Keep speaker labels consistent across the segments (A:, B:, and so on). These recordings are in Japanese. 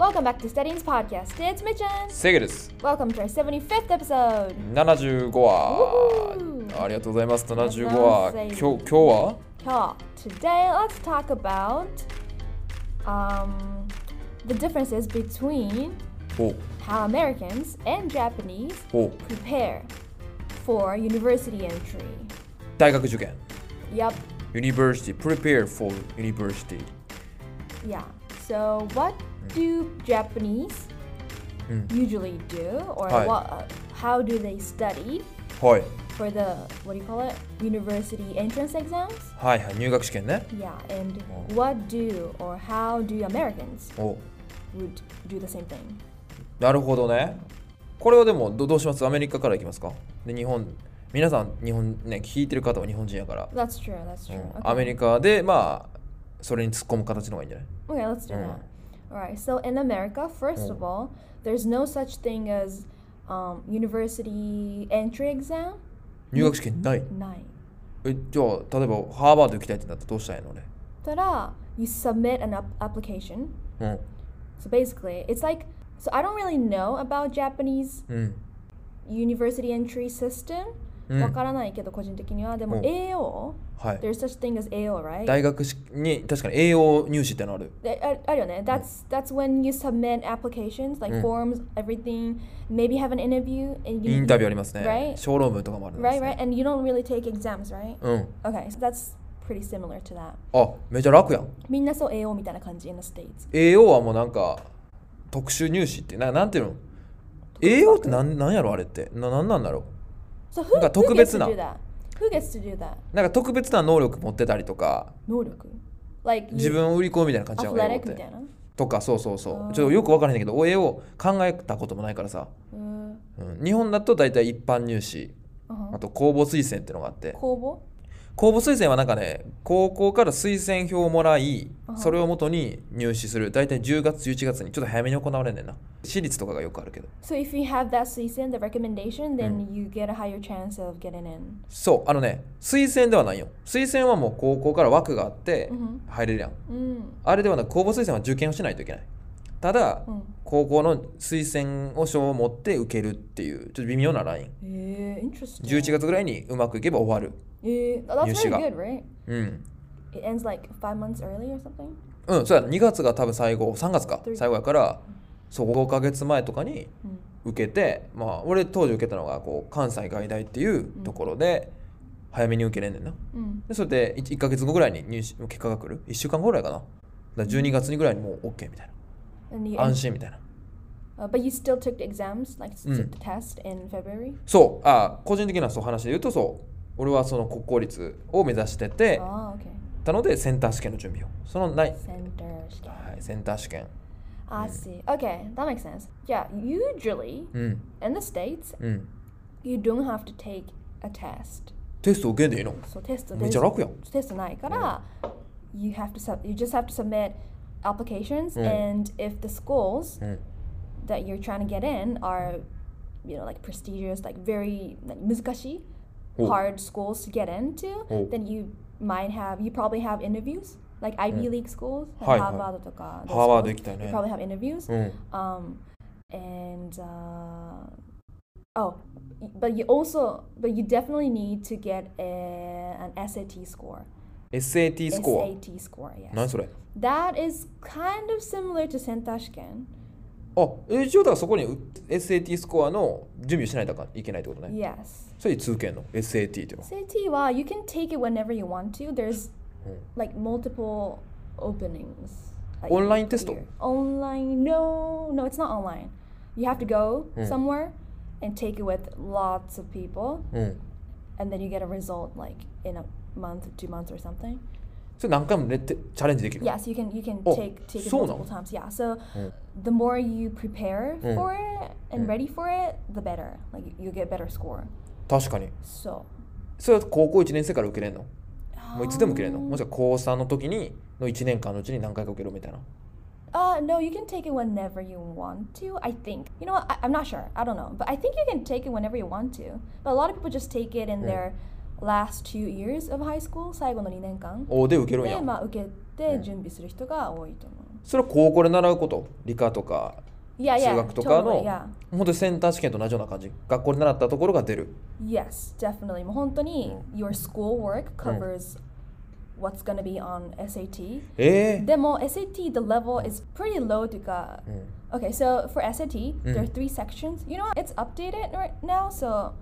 A: Welcome back to Studying's podcast. It's Mitchin.
B: セゲです。
A: Welcome to our 75th episode.
B: 75話
A: うー。
B: ありがとうございます。75
A: あり
B: 話。今
A: が
B: 日
A: とう
B: 今
A: ございます
B: 日
A: Here,
B: は
A: today let's talk about um, the differences between
B: ほう
A: how Americans and Japanese
B: ほう
A: prepare for university entry.
B: 大学受験。
A: Yep.
B: University prepare for university。
A: Yeah. So, what do Japanese usually do, or
B: Hi.
A: what, uh, how do they study
B: はい
A: for the what do you call it university entrance exams?
B: はいはい入学試験ね。
A: Yeah. And what do or how do Americans
B: お
A: would do the same thing?
B: なるほどね。これはでもどどうします？アメリカから行きますか？で日本皆さん日本ね聞いてる方は日本人やから。
A: That's true. That's
B: う
A: true.
B: ん
A: Okay.
B: アメリカでまあそれに突っ込む形の方がいいんじゃない？
A: Okay, let's do that. All right. So in America, first of all, there's no such thing as um, university entry exam.
B: 入学試験ない。
A: Nine.
B: えじゃあ例えばハーバード行きたいってなったらどうしたらいいのね？
A: Ta-da! You submit an up- application.
B: うん。
A: So basically, it's like so I don't really know about Japanese
B: うん。
A: university entry system.
B: うん。うん。
A: わからないけど個人的にはでも栄養、
B: はい。
A: there's such thing as AO, right?
B: 大学しに確かに栄養入試ってのある
A: でああるよね。That's that's when you submit applications, like
B: うん
A: forms, everything. Maybe have an interview. And
B: インタビューありますね、
A: Right.
B: 小論文とかもあるんです、ね
A: Right, right. And you don't really take exams, right?
B: うん
A: Okay, so that's pretty similar to that.
B: あめちゃ楽やん
A: みんなそう AO みたいな感じ in the states.
B: 栄養はもうなんか特殊入試ってななんていうの栄養ってなんなんやろあれってななんなんだろ
A: So
B: な
A: who,
B: んか
A: who gets
B: 特別
A: to
B: な
A: do that? Who gets to do that?
B: うなんか特別な能力持ってたりとか
A: 能力 Like
B: 自分を売り込むみたいな感じやん栄養っ
A: athletic みた
B: て
A: いな。
B: とかそうそうそう
A: あー
B: ちょっとよく分からへんねんけど栄養考えたこともないからさ、
A: うーん
B: うん、日本だと大体一般入試
A: う
B: あ
A: ん
B: と公募推薦ってのがあって
A: 公
B: 公募推薦はなんかね高校から推薦票をもらい
A: あ
B: それをもとに入試する大体10月11月にちょっと早めに行われんねんな私立とかがよくあるけど
A: 募 So if you have that season, the recommendation,
B: Mm.
A: then you get a higher chance of getting in.
B: そうあのね推薦ではないよ推薦はもう高校から枠があって
A: うん
B: 入れるやん、
A: うん。
B: あれではなく公募推薦は受験をしないといけないただ、
A: うん
B: 高校の推薦を賞を持って受けるっていうちょっと微妙なライン
A: えー、interesting.
B: 11月ぐらいにうまくいけば終わる
A: Eh, that's very
B: 入試が。
A: good, right?
B: うん
A: It ends like five months early or something?
B: うんそうや2月が多分最後3月か
A: うん
B: 最後やからそう5ヶ月前とかに
A: うん
B: 受けてまあ俺当時受けたのがこう関西外大っていうところで早めに受けれんねんな
A: うん。
B: でそれで 1, ヶ月後ぐらいに入試結果が来る1週間後ぐらいかなだから12月にぐらいにもう OK みたい
A: And you,
B: な安心みたいな
A: uh, but you still took the exams, like
B: うん
A: took the test in February?
B: そうあ個人的なそう話で言うとそう俺はその国公立を目指してて
A: Oh, okay.
B: たのでセンター試験の準備をそのない、
A: Center. shikai.
B: はい、センター試験
A: I see. Okay, that makes sense. Yeah, usually
B: うん
A: in the States,
B: うん
A: you don't have to take a test.
B: テスト受けんでいいの
A: So test
B: めっちゃ楽やん
A: test you have to sub, you just have to submit applications
B: Mm.
A: and if the schools
B: うん
A: that you're trying to get in are you know like prestigious like very like, 難しい
B: Oh.
A: hard schools to get into
B: Oh.
A: then you might have you probably have interviews like Ivy
B: Mm.
A: League schools
B: はいはい。
A: Harvard とか
B: ハーバー
A: those
B: ド行きたい
A: schools, you
B: ね
A: probably have interviews
B: うん
A: um and uh, oh but you also but you definitely need to get a, an SAT score
B: SAT スコ
A: SAT score
B: ア何
A: yes
B: それ
A: that is kind of similar to センター試験
B: あ、え一応だからそこにう SAT スコアの準備をしないといけないってことね。
A: yes
B: それ通勤の SAT っていうのは。
A: SAT は you can take it whenever you want to. There's
B: うん
A: like multiple openings. like, each
B: Online testo?
A: year. Online? No, no, it's not online. You have to go
B: Hmm.
A: somewhere and take it with lots of people,
B: うん。
A: and then you get a result like in a month or two months or something.
B: それ何回もねてチャレンジできるの。
A: Yes, you can you can
B: Oh,
A: take take it
B: so
A: multiple
B: now.
A: times. Yeah. So
B: Hmm.
A: the more you prepare
B: Hmm.
A: for it and
B: Hmm.
A: ready for it, the better. Like you, you get better score.
B: 確かに。
A: So.
B: それは高校1年生から受けれるの。もういつでも受けれるの。もしくは高3の時にの1年間のうちに何回か受けるみたいな。
A: Uh, no, you can take it whenever you want to, I think. You know what? I, I'm not sure. I don't know. But I think you can take it whenever you want to. But a lot of people just take it in their last two years of high school, 最後の2年間。
B: おで受けるんや。
A: で、まあ、受けて準備する人が多いと思う。
B: それは高校で習うこと理科とか
A: Yeah, yeah.
B: 数学とかの
A: totally, yeah.
B: 本当にセンター試験と同じような感じ学校で習ったところが出る
A: Yes, definitely. もう本当に your schoolwork covers what's gonna be on SAT.
B: ええ
A: でも SAT, the level is pretty low というか、Okay, so for SAT, there are three sections. You know, what? it's updated right now. So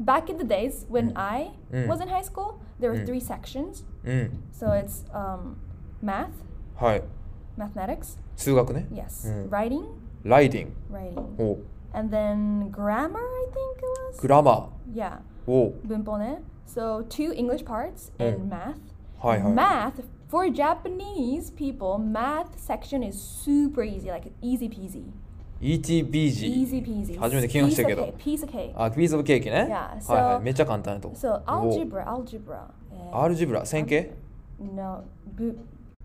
A: back in the days when I was in high school, there were three sections.
B: うん、
A: So it's um, math,
B: はい
A: mathematics,
B: 数学ね
A: yes,
B: Mm.
A: writing,
B: ライディン
A: writing,
B: グおう
A: and then grammar, I think it was.
B: グラマ
A: yeah.
B: ーおう
A: Bumpone. So two English parts and math.
B: はいはい
A: Math for Japanese people, math section is super easy, like easy peasy.
B: ETBG
A: Easy peasy.
B: 初めて聞きましたけ
A: Piece
B: ど
A: of cake, piece of cake.
B: あピースオブケーキね
A: Yeah,
B: はいはい
A: so-
B: めっちゃ簡単やと
A: So
B: おう
A: algebra, algebra. eh,
B: アルジブラ線形
A: No, ぶ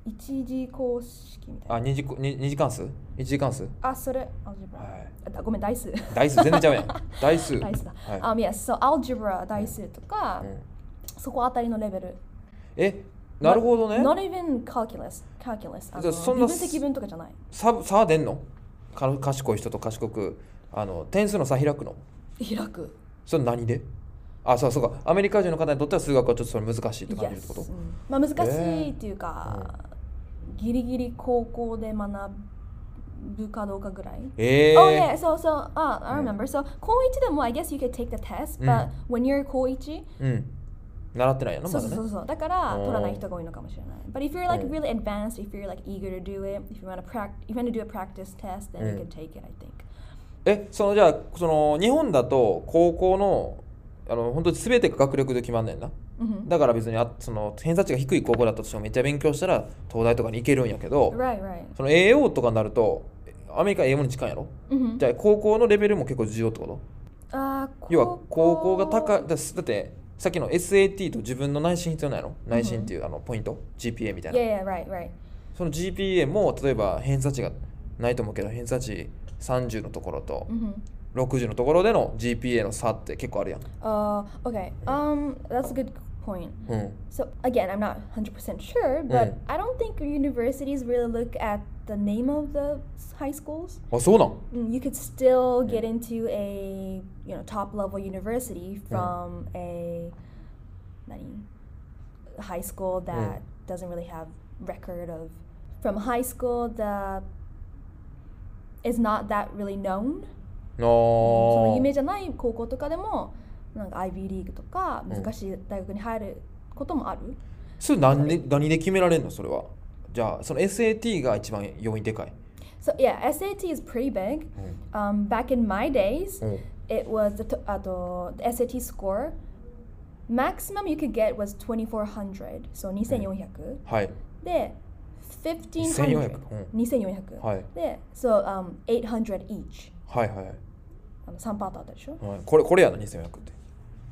A: 一次公式みたい
B: あ二次こ二二次関数一次関数
A: な。あ、それ、algebra。
B: はい
A: あだごめん、代数。
B: ダイス全然ちゃ うやんダイス
A: 代数だ。
B: はい
A: Um, yes, so algebra、代数とか、
B: ん
A: そこあたりのレベル。
B: えなるほどね
A: Not even calculus, calculus. あ
B: じゃ
A: の
B: あそん
A: 微
B: な
A: 分積分とかじゃない。
B: 差差出んのか賢い人と賢くあの点数の差開くの
A: 開く。
B: それ何であそうそうかアメリカ人の方にとっては数学はちょっとそれ難しいと感じるってこと
A: Yes. うんまあ難しいっていうか、ギリギリ高校で学ぶかどうかぐらい。
B: ええ
A: Oh yeah, Mm. so so uh, I remember. So 高一でも I guess you could take the test, but when you're 高一、
B: うん習ってないやな
A: そう
B: ま
A: そ
B: だ
A: う
B: ね
A: そうそう。だから
B: おー
A: 取らない人が多いのかもしれない。But if you're like
B: うん
A: really advanced, if you're like eager to do it, if you want to practice, if you want to do a practice test, then
B: うん
A: you can take it. I think.
B: えそのじゃあその日本だと高校のあの本当に全てが学力で決まんねんな
A: うん
B: だから別にあその偏差値が低い高校だったとしてもめっちゃ勉強したら東大とかに行けるんやけど
A: Right, right.
B: その AO とかになるとアメリカ AO に近いやろ
A: うん
B: じゃあ高校のレベルも結構重要ってこと
A: あー
B: 要は高校が高いだすだってさっきの SAT と自分の内心必要ないの内心っていうあのポイント GPA みたいな
A: Yeah, yeah, right, right.
B: その GPA も例えば偏差値がないと思うけど偏差値30のところと
A: うん。
B: 60のところでの GPA の差って結構あるやん
A: Uh, okay. Um, that's a good point.
B: うん
A: So again, I'm not 100% sure, but I don't think universities really look at the name of the s- high schools.
B: あそうなん
A: Mm, You could still get into a, you know, top level university from a 何 high school that doesn't really have record of from a high school that is not that really known.
B: あ
A: その
B: ー
A: 夢じゃない高校とかでもなんか IB リーグとか難しい大学に入ることもある、
B: それ何で何で決められるのそれはじゃあその SAT が一番要因でかい
A: So yeah, SAT is pretty big. Um, back in my days,
B: うん
A: it was the, t- あと the SAT score. Maximum you could get was 2400, so 2400.
B: はい
A: で、
B: 1400
A: 1500.
B: うん
A: 2400.
B: はい
A: で、so、um, 800 each. Um,
B: はいはいはい
A: あの3パートあったでしょ
B: はいこれこれやな2400って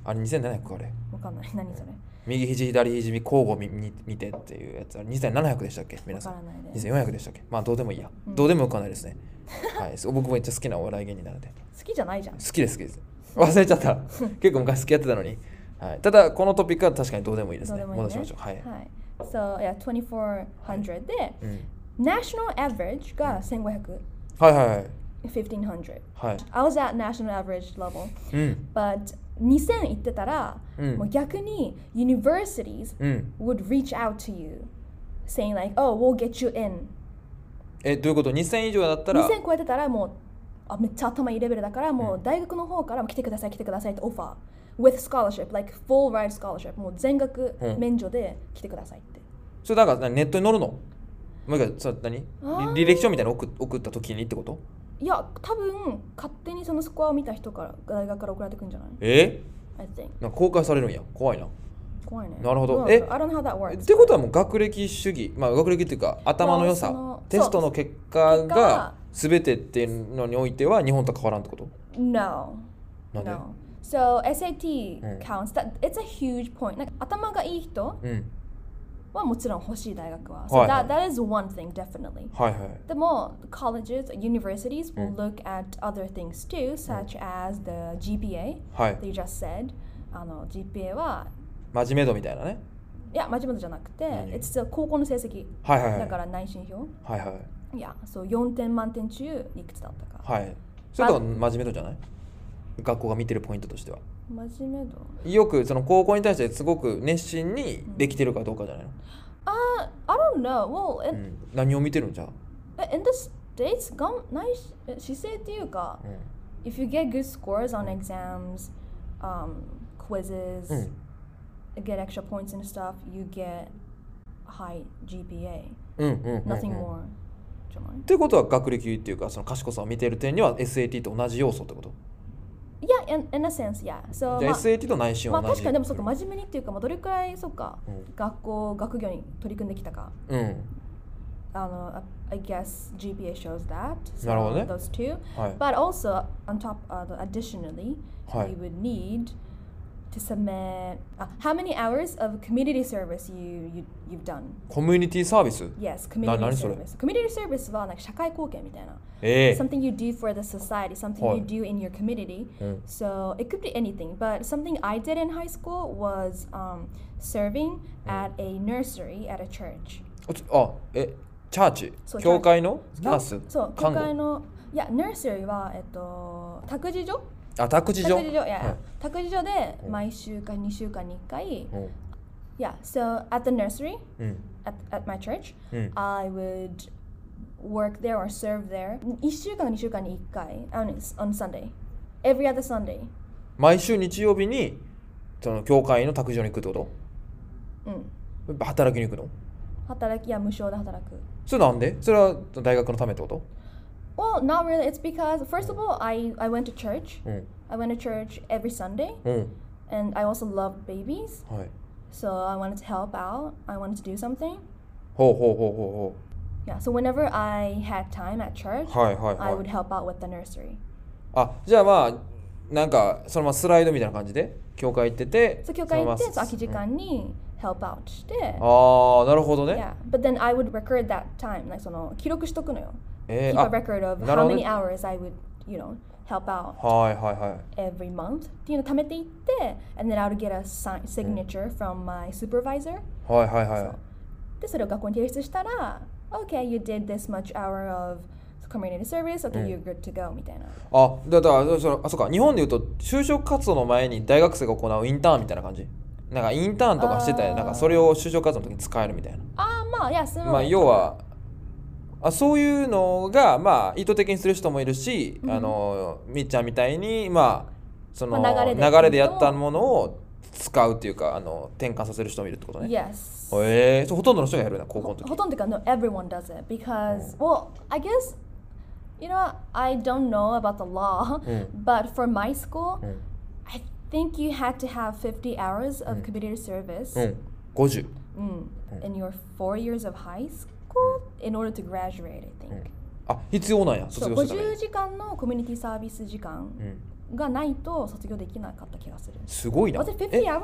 B: あれ2700かあれ
A: わかんない。何それ
B: 右肘左肘交互見見見てっていうやつは2700でしたっけ皆
A: わ
B: さ
A: か
B: ん
A: らないです。
B: 2400でしたっけまあどうでもいいや、どうでもよくはないですねはいそう僕もめっちゃ好きなお笑い芸人なので
A: 好きじゃないじゃん。
B: 好きです好きです忘れちゃった 結構昔好きやってたのに、はい、ただこのトピックは確かにどうでもいいですね
A: どうでもいいね
B: 戻しましょうはい、
A: はい。So, yeah, 2400で、
B: うん、
A: national average が1500、
B: はいはいはい
A: 1500。
B: はい
A: I was at national average level,
B: うん
A: but 2000行ってたら、
B: うん
A: もう逆に universities
B: うん
A: would reach out to you saying like, oh, we'll get you in.
B: えどういうこと2000以上だったら
A: 2000超えてたらもうあめっちゃ頭いいレベルだからもう大学の方からも来てください来てくださいってオファー with scholarship like full ride scholarship もう全額
B: うん
A: 免除で来てくださいって、
B: それだからネットに載るのもう一回それ何り
A: ー
B: 履歴書みたいなの送送った時にってこと
A: いや多分勝手にそのスコアを見た人から大学から送られてくんじゃない
B: え
A: I think
B: なんか公開されるんや怖いな
A: 怖いね
B: なるほど
A: う I
B: え
A: don't know how that works
B: ってことはもう学歴主義、まあ、学歴っていうか頭の良さ、
A: まあその
B: テストの結果
A: そう結果
B: が
A: は
B: 全てっていうのにおいては日本と変わらんってこと
A: No
B: なんで
A: No So SAT
B: うん
A: counts that it's a huge point なんか頭がいい人
B: うん
A: はもちろん欲しい大学は、
B: はい
A: so that, that is one thing definitely
B: はいはい
A: でも colleges universities will
B: Mm.
A: look at other things too such as the GPA
B: はい
A: that you just said あの GPA は
B: 真面目度みたいなね
A: いや町本じゃなくて
B: 何
A: it's still 高校の成績
B: はいはいは
A: だ
B: い
A: から内申票
B: はいはい
A: いやそう4点満点中いくつだったか
B: はいそれとは真面目度じゃない学校が見てるポイントとしては
A: 真面目度
B: よくその高校に対してすごく熱心にできてるかどうかじゃないの、
A: I don't know well
B: う
A: in,
B: ん、何を見てるんじゃ、
A: in the States eh, がん内し姿勢っていうか
B: うん
A: if you get good scores on exams um, quizzes、
B: うん
A: get extra points and stuff you get high GPA
B: うんうんうんうん
A: nothing more じゃない
B: ってことは学歴っていうかその賢さを見ている点には SAT と同じ要素ってこと
A: いや、in, in a sense, yeah. So,
B: じゃあ
A: ま
B: SAT と内心
A: あ、ま
B: は
A: あ
B: 同じ、
A: 確かにでもそうか、真面目にっていうか、まあ、どれくらいそうか、
B: うん
A: 学校、学業に取り組んできたか。
B: うん
A: あの、I I guess GPA shows that.
B: なるほどね
A: Those two.
B: はい
A: But also, on top, uh, the- additionally,
B: はい
A: you would need to submit uh, how many hours of community service you, you, you've done.
B: コミュニティサービス
A: Yes, community
B: 何それ
A: service. Community service はなんか社会貢献みたいな。
B: ええ
A: something you do for the society, something
B: Right.
A: you do in your community.
B: Mm.
A: So it could be anything, but something I did in high school was um, serving at a nursery at a church.
B: おちあえチャーチ
A: そう
B: 教会のナース
A: そう、教
B: 看護
A: 会の、いや、nursery は、えっと、託児所
B: あ託児所
A: 託児所、いや、
B: はい
A: 託児所で
B: うん
A: 毎週か2週間に1回、
B: うん
A: yeah, so at the nursery
B: うん
A: at, at my church,
B: うん
A: I would work there or serve there 1週間か2週間に1回、on, on Sunday, every other Sunday.
B: 毎週日曜日にその教会の託児所に行くってこ
A: うん
B: と働きに行くの
A: 働きや無償で働く。
B: それなんでそれは大学のためってこと
A: Well, not really. It's because, first of all, I, I went to church.
B: うん
A: I went to church every Sunday,
B: うん
A: and I also loved babies.
B: はい
A: So I wanted to help out. I wanted to do something.
B: ほうほうほうほ
A: Yeah, so whenever I had time at church,
B: うほうはいはい
A: I
B: はい
A: would help out with the nursery.
B: あじゃあまあなんかそのままスライドみたいな感じで教会行ってて
A: そう教会行って、そう空き時
B: あ
A: 間に help out して。
B: あーなるほどね、
A: Yeah, but then I would record that time. Like, その記録しとくのよ。
B: え
A: Keep
B: ー、あ
A: a record of
B: なる
A: how
B: ほど
A: many
B: ね
A: hours I would, you know, help out.
B: はいはいはい
A: every month っていうのを貯めていって、and then I would get a sign, signature from my supervisor.
B: はいはいは
A: で、それを学校に提出したら、Okay, you did this much hour of community service. Okay, you're good to go. みたいな。
B: いあだからそのあそうか日本でいうと就職活動の前に大学生が行うインターンみたいな感じなんかインターンとかしてた
A: あ
B: り
A: ー
B: なんかそれを就職活動の時に使えるみたいな
A: ああ、まあ、いや、その。
B: まあ要はあそういうのがまあ意図的にする人もいるし、あのみっちゃんみたいにまあその、
A: まあ流
B: 流
A: れで
B: れでやったものを使うっていうかあの転換させる人もいるってことね。
A: Yes.
B: えー、そうほとんどの人がやるな高校の
A: ほ
B: 時。
A: ほとんどか、no, everyone does it because, well, I guess, you know, I don't know about the law,
B: う
A: but for my school,
B: うん
A: I think you had to have 50 hours of community service.
B: うん50
A: mm, in your four years of high school in order to graduate, I think.
B: あ必要なんや
A: So
B: 卒業するために
A: 50時間のコミュニティサービス時間
B: うん
A: がないと卒業できなかった気がする。
B: すごいな
A: Was it
B: え
A: 50 hours?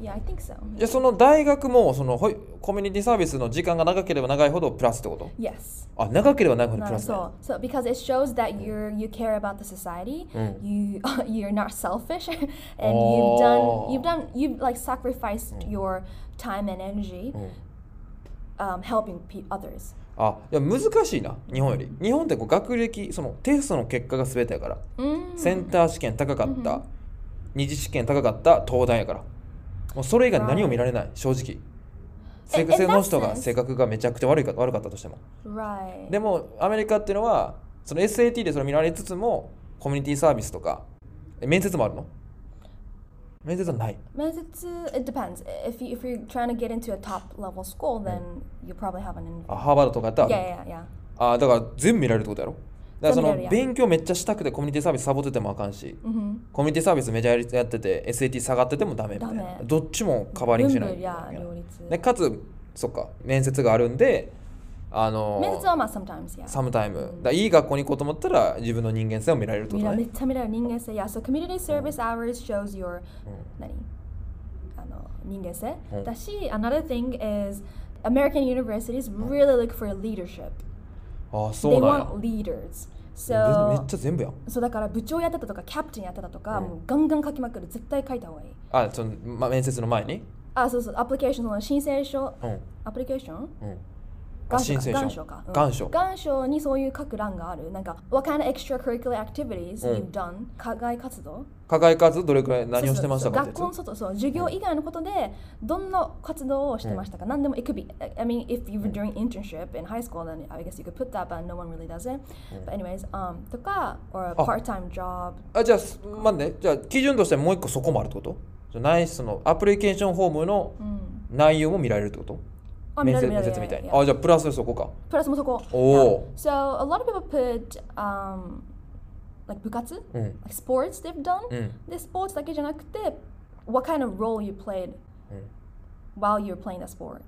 A: Yeah, I think so.
B: じゃあその大学もそのほいコミュニティサービスの時間が長ければ長いほどプラスってこと
A: Yes.
B: あ長ければ長いほどプ
A: No,
B: ラス、ね、
A: so, so because it shows that you're you care about the society, you you're not selfish, and you've done you've done you've like sacrificed your time and energy, um, helping pe- others.
B: あいや難しいな日本より日本ってこう学歴そのテストの結果が全てやから、
A: Mm.
B: センター試験高かった、二次試験高かった東大やからもうそれ以外何を見られない正直せ
A: え
B: せ
A: え
B: の人
A: that's
B: が
A: nice
B: 性格がめちゃくちゃ悪いか悪かったとしても
A: Right.
B: でもアメリカっていうのはその SAT でそれ見られつつもコミュニティサービスとかえ面接もあるの面接はない
A: Mezitsu, uh, it depends. If you if you're trying to get into a top level school, then you probably have an. in-
B: あハーバードとかやったらあ
A: Yeah,
B: る
A: yeah, yeah.
B: あだから全部見られるってことやろだから
A: 全部見
B: そ
A: れる
B: の
A: やん
B: 勉強めっちゃしたくてコミュニティサービスサボっててもあかんし
A: Mm-hmm.
B: コミュニティサービスめちゃやりやってて SAT 下がっててもダメみたい
A: ダ
B: な
A: メ
B: どっちもカバーリングしないといけないでかつそっか面接があるんであの
A: sometimes, yeah.
B: サムタイムだからいい学校に行こうと思ったら自分の人間性を見られるってことね
A: 見られめっちゃ見られる人間性 yeah. So community service hours shows your 何あの人間性、
B: うん。
A: だし another thing is American universities really look for leadership.
B: ああ
A: They
B: そうなんや
A: want leaders.
B: めめ
A: So
B: っちゃ全部やん
A: そうだから部長やってたとかキャプテンやってたとか、もうガンガン書きまくる絶対書いた方がいい。
B: あその、ま、面接の前に
A: あ、そうそう、アプリケーションの申請書、
B: うん
A: アプリケーション
B: うんあ
A: 願書
B: 申請書
A: 願書か。うん
B: 願書
A: 願書にそういう書く欄がある。なんか、What kind of extracurricular activities
B: う
A: you've
B: ん
A: done? 課外活動
B: 課外活どれくらい何をしてましたか
A: そ
B: っ
A: う
B: て
A: そうそう学校の
B: や
A: 外、
B: つ
A: そう、授業以外のことで、どんな活動をしてましたか、何でも、it could be, I mean, if you were doing internship in high school, then I guess you could put that, but no one really does it. But anyways, um, とか、or a
B: あ
A: part-time job.
B: あじゃあす待ってじゃあ基準としてもう一個そこもあるってことじゃあないそのアプリケーションフォームの
A: うん。
B: 内容も見られるってこと、
A: あ
B: 面接
A: 見ら
B: 面
A: れる
B: 接
A: 見
B: み
A: ら
B: た
A: れる
B: いに
A: yeah.
B: あじゃあプラスそこか
A: Plus もそこ。
B: お
A: Yeah.
B: ー
A: So a lot of people put um like 部活、
B: うん
A: like sports they've done、
B: うん
A: でスポーツだけじゃなくて what kind of role you played、while you're playing that sport。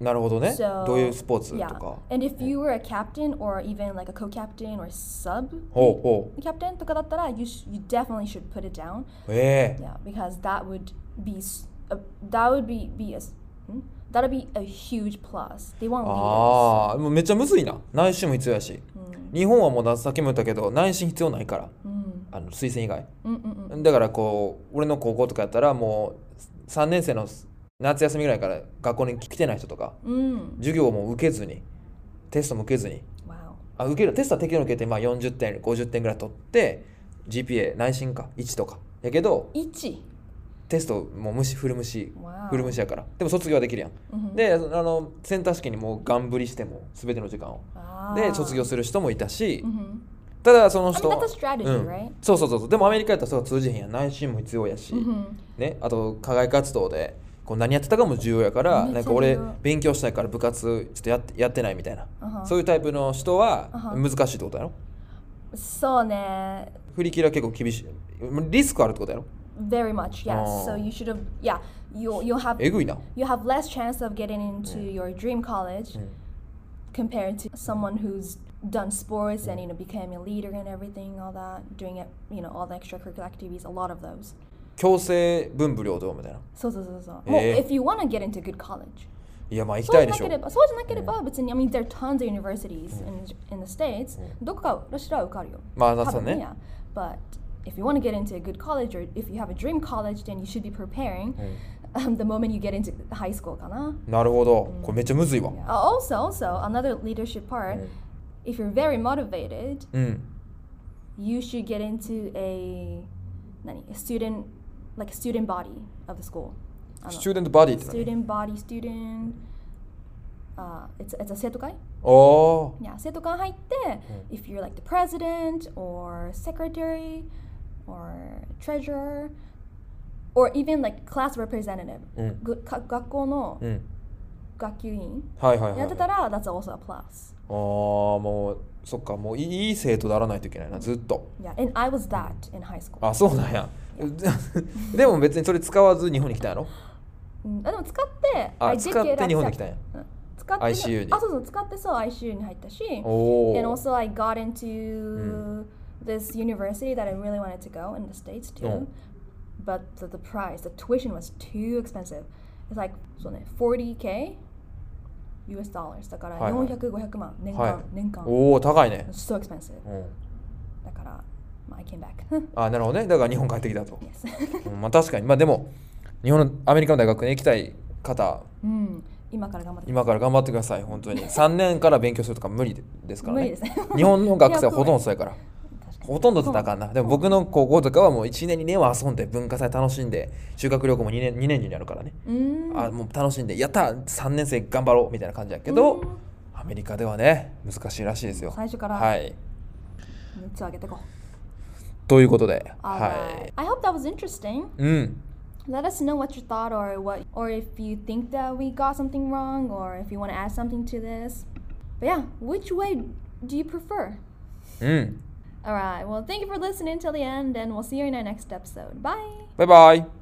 B: なるほどね
A: So
B: どういうスポーツと
A: yeah.
B: か
A: And if you were a captain or even like a co-captain or sub
B: ほうほ
A: captain とかだったら you sh- you definitely should put it down。
B: うええ
A: Yeah, because that would be s- a, that would be be a s- ん that would be a huge plus. They want leaders.
B: ああもうめっちゃむずいな内心も必要やし、日本はもうださっきも言ったけど内心必要ないから、あの推薦以外
A: うんうんうん。
B: だからこう俺の高校とかやったらもう3年生の夏休みぐらいから学校に来てない人とか
A: うん。
B: 授業も受けずにテストも受けずに
A: Wow.
B: あ受けるテストは適当に受けて、まあ、40点50点ぐらい取って GPA 内心か1とかやけど
A: 一。
B: テストもう無視フル無視
A: Wow.
B: フル無視やからでも卒業はできるやん、であのセンター試験にもうガン振りしても全ての時間を
A: あー
B: で卒業する人もいたし、
A: Mhm.
B: ただその人
A: I mean, that's a strategy,
B: うん
A: right?
B: そうそうそうそうでもアメリカやったらそれは通じへんやん内心も必要やし、
A: Mhm.
B: ね、あと課外活動でこう何やってたかも重要やから
A: め
B: な
A: っ
B: ん
A: ち
B: か
A: ゃ重要
B: 俺勉強したいから部活ちょっとやってやってないみたいな、
A: Uh-huh.
B: そういうタイプの人は
A: あは
B: 難しいってことやろ
A: そうね。
B: 振り切りは結構厳しいリスクあるってことやろ
A: Very much, yes.
B: あー
A: So you should have, yeah, you'll you'll have
B: えぐいな
A: you have less chance of getting into your dream college compared to someone who's done sports and you know became a leader and everything, all that, doing it, you know, all the extracurricular activities, a lot of those.
B: 強制分部領土みたいな
A: そうそうそうそう。
B: えー
A: もう if you want to get into good college.
B: いやまあ行き
A: そう
B: た
A: じ
B: い
A: ゃ
B: で
A: なけれ
B: しょ
A: ば、そうじゃなければ別に、I mean, there are tons of universities in, in the States、どこか私らは受かるよ。
B: まあまあそうね
A: 多分 yeah. But if you want to get into a good college or if you have a dream college, then you should be preparing、um, the moment you get into high school かな。
B: なるほどこれめっちゃむずいわ
A: Yeah. Uh, Also, also, another leadership part、if you're very motivated,
B: うん、
A: you should get into a, 何 a student, like a student body of the school. あの
B: スチューデントバディって何
A: student body, student, あ、it's, it's a 生徒会
B: おー
A: Yeah, 生徒会入って、if you're like the president or secretary or treasurer or even like class representative、
B: うん
A: ぐか学校の
B: うん
A: 学級委員
B: はいはいはい
A: やっ
B: あ
A: てたら、that's also a plus.
B: あーもうそっかもういいいい生徒であらないといけないなずっと
A: Yeah, and I was that in high school.
B: あそうなんや でも別にそれ使わず日本に来たんやろ
A: うんあでも使って、
B: あ
A: I did
B: 使
A: get
B: って日本に来たん
A: accept-
B: や
A: うん使って
B: ICU に
A: あ、そうそう、使ってそう、ICU に入ったし、
B: おお
A: and also I got into this university that I really wanted to go in the states too,
B: Oh.
A: but the, the price, the tuition was too expensive. It's like 40k US dollars. だから
B: はいはい
A: 400-500万年間、
B: はい
A: 年間。
B: おお高いね
A: It's、so expensive.
B: うん、
A: だから、まあ、I came back.
B: あなるほどねだから日本帰ってきたと、
A: yes.
B: うんまあ確かにまあでも日本のアメリカの大学に行きたい方
A: うん。今から頑張って。
B: 今から頑張ってください本当に3 年から勉強するとか無理ですから
A: 無理
B: ね
A: ですね。
B: 日本の学生はほとんどそうやから
A: 確かに
B: ほとんどって言ったらあかんなでも僕の高校とかはもう1年2年は遊んで文化祭楽しんで修学旅行も2年 ,2 年中にあるからね
A: うん。
B: あもう楽しんでやった3年生頑張ろうみたいな感じやけど
A: うん
B: アメリカではね難しいらしいですよ
A: 最初から
B: はい
A: 3つ上げてこう。
B: ということで
A: Alright.
B: はい
A: I hope that was interesting.
B: うん、
A: Let us know what you thought or what or if you think that we got something wrong or if you want to add something to this. But yeah, which way do you prefer?
B: うん、
A: All right. Well, thank you for listening till the end and we'll see you in our next episode. Bye.
B: バイバイ